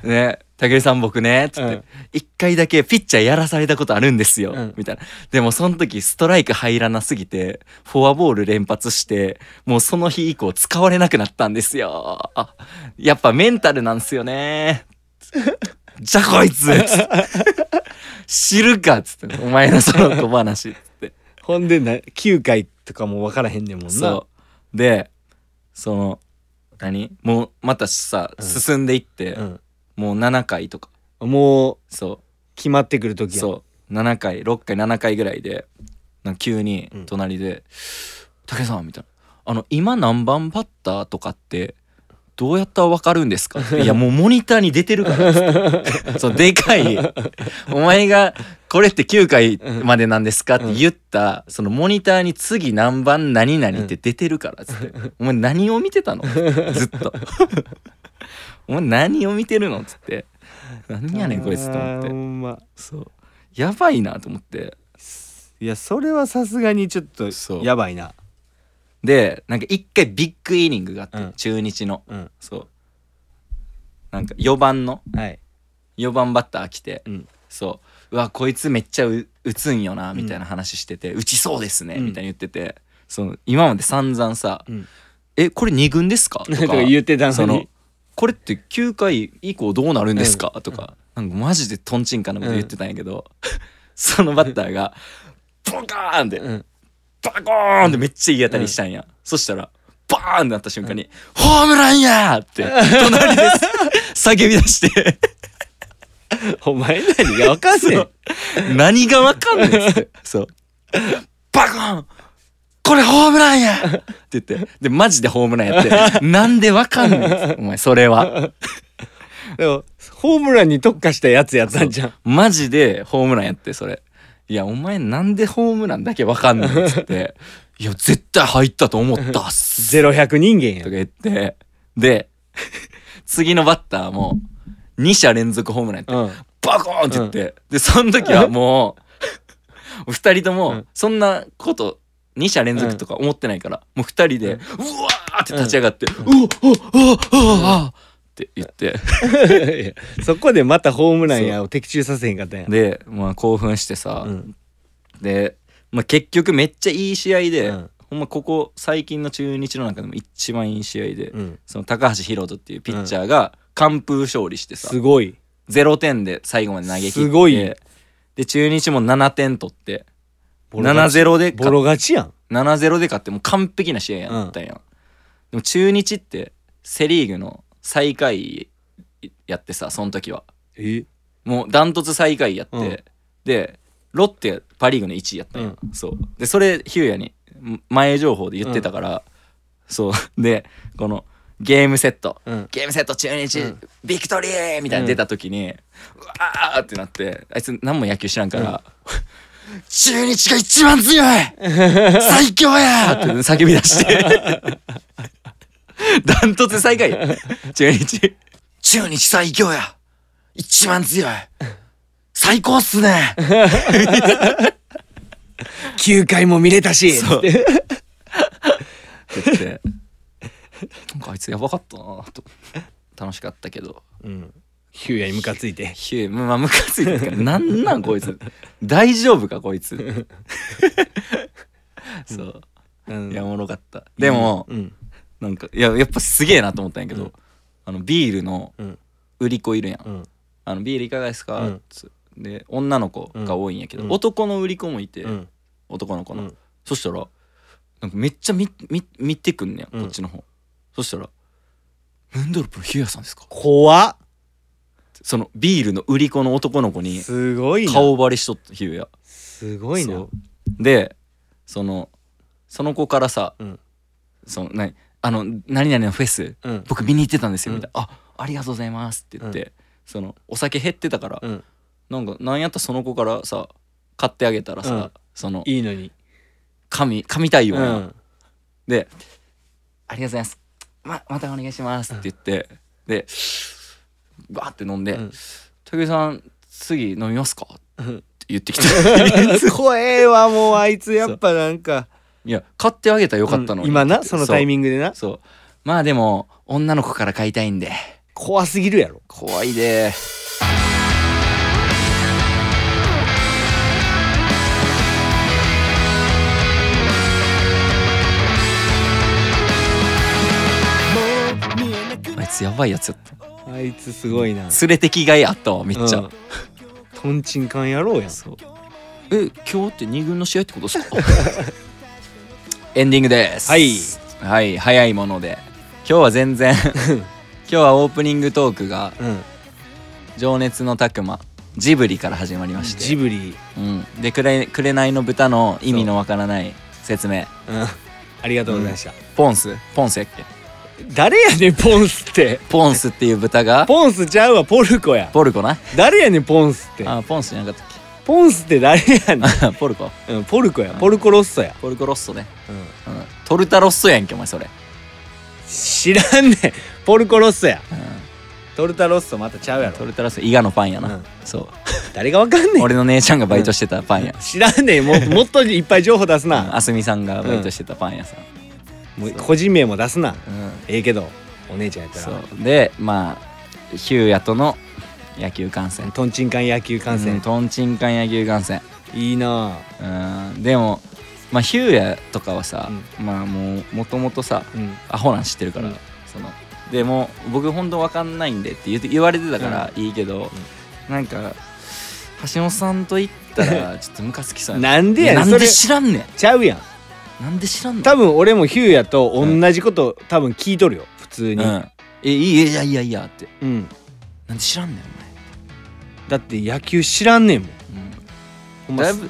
A: う。ね、武井さん僕ね、つっ
B: う
A: て
B: ん、
A: 一、回だけピッチャーやらされたことあるんですよ、
B: うん
A: みたいな。でもその時ストライク入らなすぎて、フォアボール連発して、もうその日以降使われなくなったんですよ。あやっぱメンタルなんすよね。じゃこいつつって知るかっつって、お前のその小話っつって。
B: ほんでな9回とかも分からへんねんもんな
A: そう。で、その、何もうまたさ、
B: うん
A: 進んでいって、
B: うん
A: もう7回とか。
B: もう
A: そう。
B: 決まってくる時 やん
A: そう7回6回7回ぐらいでなんか急に
B: うん
A: 隣で「武、さん」みたいな「あの今何番バッターとかってどうやったら分かるんです か?」いやもうモニターに出てるから」そうでかいお前が「これって9回までなんですか?」って言った、そのモニターに次何番何々って出てるからっつって「お前何を見てたの?」ずっ と「お前何を見てるの?」っつって「何やねんこいつ」と思っ
B: あー
A: て
B: ほ。んま
A: そうやばいなと思って
B: いやそれはさすがにちょっと
A: そう
B: やばいな
A: でなんか一回ビッグイニングがあって、
B: うん
A: 中日の
B: うん
A: そうなんか4番の
B: はい
A: 4番バッター来て、
B: うん
A: そううわこいつめっちゃう打つんよなみたいな話してて、打ちそうですね、
B: うん
A: みたいに言っててその今まで散々さ「
B: うん
A: えこれ2軍ですか?」と
B: と
A: か
B: か言ってた
A: そ
B: の
A: の
B: に
A: これって9回以降どうなるんですか、とかなんかマジでトンチンカンなこと言ってたんやけど、 そのバッターがボカーンって
B: うん
A: バコーンってめっちゃいい当たりしたんや、そしたらバーンってなった瞬間に「ホームランや!」って隣です 叫び出して
B: お前何がわかんね
A: 「
B: ん
A: 何がわかんねん」っ つってそう「バコーンこれホームランや!」って言ってでマジでホームランや って「なんでわかんねんっつって」お前それは
B: でもホームランに特化したやつやったんじゃん
A: マジでホームランやってそれ。いやお前なんでホームランだけわかんねんっつって「いや絶対入ったと思ったっす」
B: ゼロ百人間や
A: とか言ってで次のバッターも2者連続ホームランやって
B: うん。
A: バコーンって言って、でその時はもう2人と
B: う
A: も
B: ん
A: そんなこと2者連続とか思ってないから、もう2人で、う
B: うん
A: わーって立ち上がって「うおおおおおって言って
B: いやそこでまたホームランやを的中させへんかったんや。
A: で、まあ、興奮してさ、
B: うん
A: で、まあ、結局めっちゃいい試合で、
B: うん
A: ほんまここ最近の中日の中でも一番いい試合で、
B: うん。
A: その高橋宏斗っていうピッチャーが完封勝利してさ、
B: すごい。
A: 0点で最後まで投げ切って
B: すごい
A: で中日も7点取って
B: ボロ勝ち
A: 7-0で
B: ボ
A: 勝っ
B: ロ勝ちやん。
A: 7-0で勝ってもう完璧な試合やったんや、ん、でも中日ってセ・リーグの最下位やってさその時は
B: え
A: もうダントツ最下位やって、
B: うん
A: でロッテパ・リーグの1位やったんや、そうでそれヒューヤにん前情報で言ってたから、そう でこのゲームセット
B: うん。
A: ゲームセット中日、
B: うん
A: ビクトリーみたいなの出た時に、うわーってなってあいつ何も野球知らんから、 中日が一番強い 最強やって叫び出して ダントツ最下位中 日中日最強や一番強い最高っすね
B: 9回も見れたし。
A: そう
B: つっ
A: っ
B: て
A: て言って なんかあいつやばかったなと楽しかったけど
B: うん。ヒューヤにムカついて。
A: ヒュー、まあ、ムカついてる から、なんなんこいつ。大丈夫かこいつ。 そう。
B: うん
A: いや、おもろかった。でも、
B: うん。
A: なんか、いや、やっぱすげえなと思ったんやけど、
B: うん
A: あの、ビールの
B: うん。
A: 売り子いるやん。
B: うん。
A: あの、ビールいかがですか、
B: うん
A: つで、女の子が多いんやけど、
B: うん
A: 男の売り子もいて、
B: うん。
A: 男の子の。
B: うん
A: そしたら、なんかめっちゃ見、見、見てくんねや、
B: うん
A: こっちの方。そしたら、ムンドルプのヒューヤさんですか
B: 怖っ。
A: その、ビールの売り子の男の子に、
B: すごいな。
A: 顔バレしとった、ヒューヤ。
B: すごいな。
A: そうでそのその子からさ
B: うん。
A: その何あの何々のフェス
B: うん。
A: 僕見に行ってたんですよ、
B: う
A: み
B: ん
A: たいな「あありがとうございます」って言って、そのお酒減ってたから、
B: うん。
A: なんかなんやったらその子からさ買ってあげたらさ、
B: うん
A: その
B: いいのに。
A: 神神対応
B: う
A: な、
B: ん。
A: で「ありがとうございますままたお願いします」って言って、でバーって飲んで「
B: うん
A: 武井さん次飲みますか?」って
B: うん
A: 言ってきて
B: 怖えわもうあいつやっぱなんか
A: いや買ってあげたらよかったのに、
B: うん今なそのタイミングでな
A: そう。まあでも、女の子から買いたいんで。
B: 怖すぎるやろ
A: 怖い で。あいつやばいやつやった。
B: あいつすごいな
A: 連れてきがいあったわ、めっちゃ。
B: うんとんちんかんやろうやん
A: そう。え、今日って二軍の試合ってことですか エンディングです。
B: はい。
A: はい、早いもので。今日は全 然、今日はオープニングトークが、
B: うん
A: 情熱のたくまジブリから始まりまして
B: ジブリ
A: うん、でくれ「紅の豚」の意味のわからない説明
B: うんありがとうございました
A: ポンスポンスやっけ
B: 誰やねんポンスって
A: ポンスっていう豚が
B: ポンスちゃうわポルコや
A: ポルコな
B: 誰やねんポンスって
A: あポンスじゃなかったっ
B: ポンスって誰やね
A: けあ ポルコ
B: んうんポルコやポルコロッソや
A: ポルコロッソね、
B: うん
A: うん、トルタロッソやんけお前それ、
B: 知らんねんポルコロッソや
A: うん、
B: トルタロッソまたちゃうやろ
A: トルタロッソ伊賀のパンやな、
B: うん
A: そ
B: 誰がわかん
A: う
B: ねん
A: 俺の姉ちゃんがバイトしてたパンや、
B: 知らんね んももっといっぱい情報出す
A: うん、
B: な
A: あすみさんがバイトしてたパン屋さん、
B: もう個人名も出すな
A: うん、
B: ええけどお姉ちゃんやった
A: そ
B: ら
A: うでまあヒューヤとの野球観戦
B: とんちんかん野球観
A: うん
B: 戦
A: とんちんかん野球観戦
B: いいなあ
A: うんでもまあヒューヤとかはさ、まあもうもともとさ
B: うん
A: アホなん知ってるから、
B: うん
A: そのでも僕ほんと分かんないんでって言って言われてたからいいけど、なんか橋本さんと言ったらちょっとムカつきそうや
B: なんでやねん
A: なん
B: それ
A: で
B: ち
A: 知らんねん
B: ゃうやん
A: なんで知らんの
B: 多分俺もヒューヤと同じこと多分聞いとるよ普通に
A: うん、えいいいやいやいやって
B: うん
A: なんで知らんねん
B: だって野球知らんねんもん
A: お前、
B: ほ
A: うんん、だ
B: ま
A: いぶ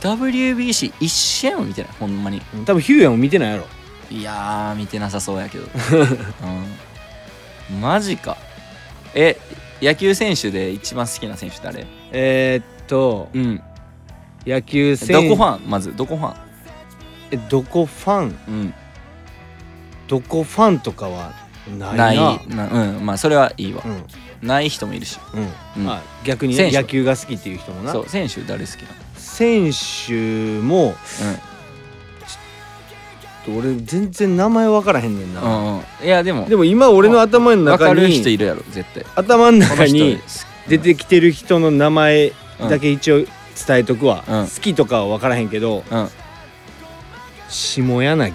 A: WBC 一試合も見てないほんまに
B: 多分ヒューヤも見てないやろ
A: いやー見てなさそうや けど、うん、マジかえ野球選手で一番好きな選手誰
B: えーっと
A: うん
B: 野球
A: ど
B: 選
A: こファンまずどこファ
B: えどこファ
A: ン
B: ン
A: うん
B: どこファンとかはない
A: ない
B: な
A: なうんまあそれはいいわ
B: う、ん
A: ない人もいるし
B: う
A: うんん
B: まあ逆に
A: 選
B: ね
A: 手
B: 野球が好きっていう人もな
A: そう選手誰好きな
B: 選手も
A: の
B: 俺全然名前分からへんねん
A: う
B: な、
A: ん、うんうん、いやでも
B: でも今俺の頭の
A: 分
B: 中
A: かる人
B: に
A: いるやろ絶対
B: 頭
A: こ
B: の
A: の
B: 中
A: 人
B: に
A: 好き
B: 出てきてる人の名前だけ一応伝えとくわ、
A: うん
B: 好きとかは分からへんけど
A: うん
B: 下柳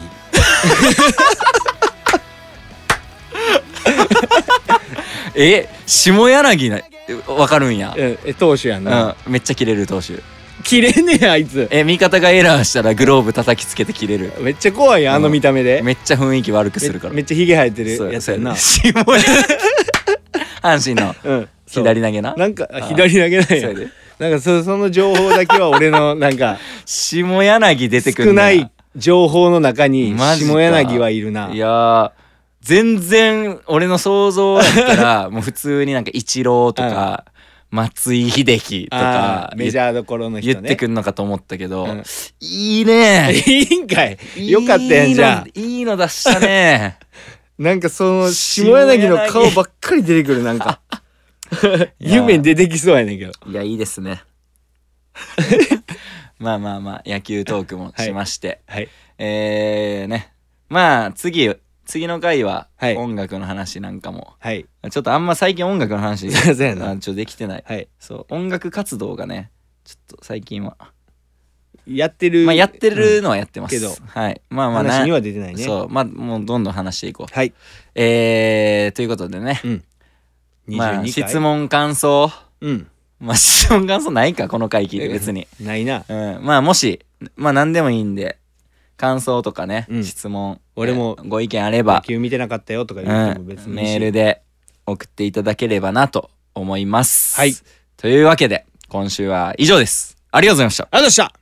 A: え下柳な分かるんや、
B: ええ投手やんな、
A: うん、めっちゃ切れる投手
B: 切れねえあいつ
A: え味方がエラーしたらグローブ叩きつけて切れる
B: めっちゃ怖いやんあの見た目で、
A: めっちゃ雰囲気悪くするから
B: めめっちゃヒゲ生えて
A: そう
B: るやつやんな
A: そうやね下柳 阪神の
B: うんそう
A: 左投げな
B: なんか
A: あ
B: 左投げな
A: そうや
B: いや
A: で
B: なんかそその情報だけは 俺のなんか
A: 下柳出てくる
B: 少ない情報の中に
A: マジか
B: 下柳はいるない
A: やー全然俺の想像やったら もう普通になんかイチローとか松井秀喜と
B: あ
A: か
B: ー
A: 言
B: メ
A: っ
B: ジャーどころの人ね
A: 言ってくんのかと思ったけど、
B: うん
A: いいね
B: いいんかいよかったやんじゃあ
A: いいのいいの出したね
B: なんかその下柳の顔ばっかり出てくるな んか
A: いや
B: 夢に出てきそうやねんけど
A: いやいいですね まあまあまあ野球トークもしまして、
B: はい
A: えーねまあ次次の回は
B: はい
A: 音楽の話なんかも、
B: はい
A: ちょっとあ んま最近音楽の話
B: そうや
A: あ
B: な
A: ちょっとできてない
B: はい
A: そう音楽活動がねちょっと最近は、
B: やってる
A: まあ、やってるのはやってます、
B: けど
A: はいまあまあな
B: 話には出てないね
A: そうまあもうどんどん話していこう
B: はい
A: えー、ということでね、
B: うん
A: まあ
B: 22回
A: 質問感想
B: うん
A: まあ質問感想ないかこの回聞いて別に、
B: ないな
A: うん、まあもしまあ何でもいいんで感想とかね、
B: うん
A: 質問
B: 俺も
A: えーご意見あれば
B: 野、球見てなかったよとか
A: う
B: 言
A: ん、
B: っても別にいいし
A: メールで送っていただければなと思います
B: はい
A: というわけで今週は以上ですありがとうございました
B: ありがとうございました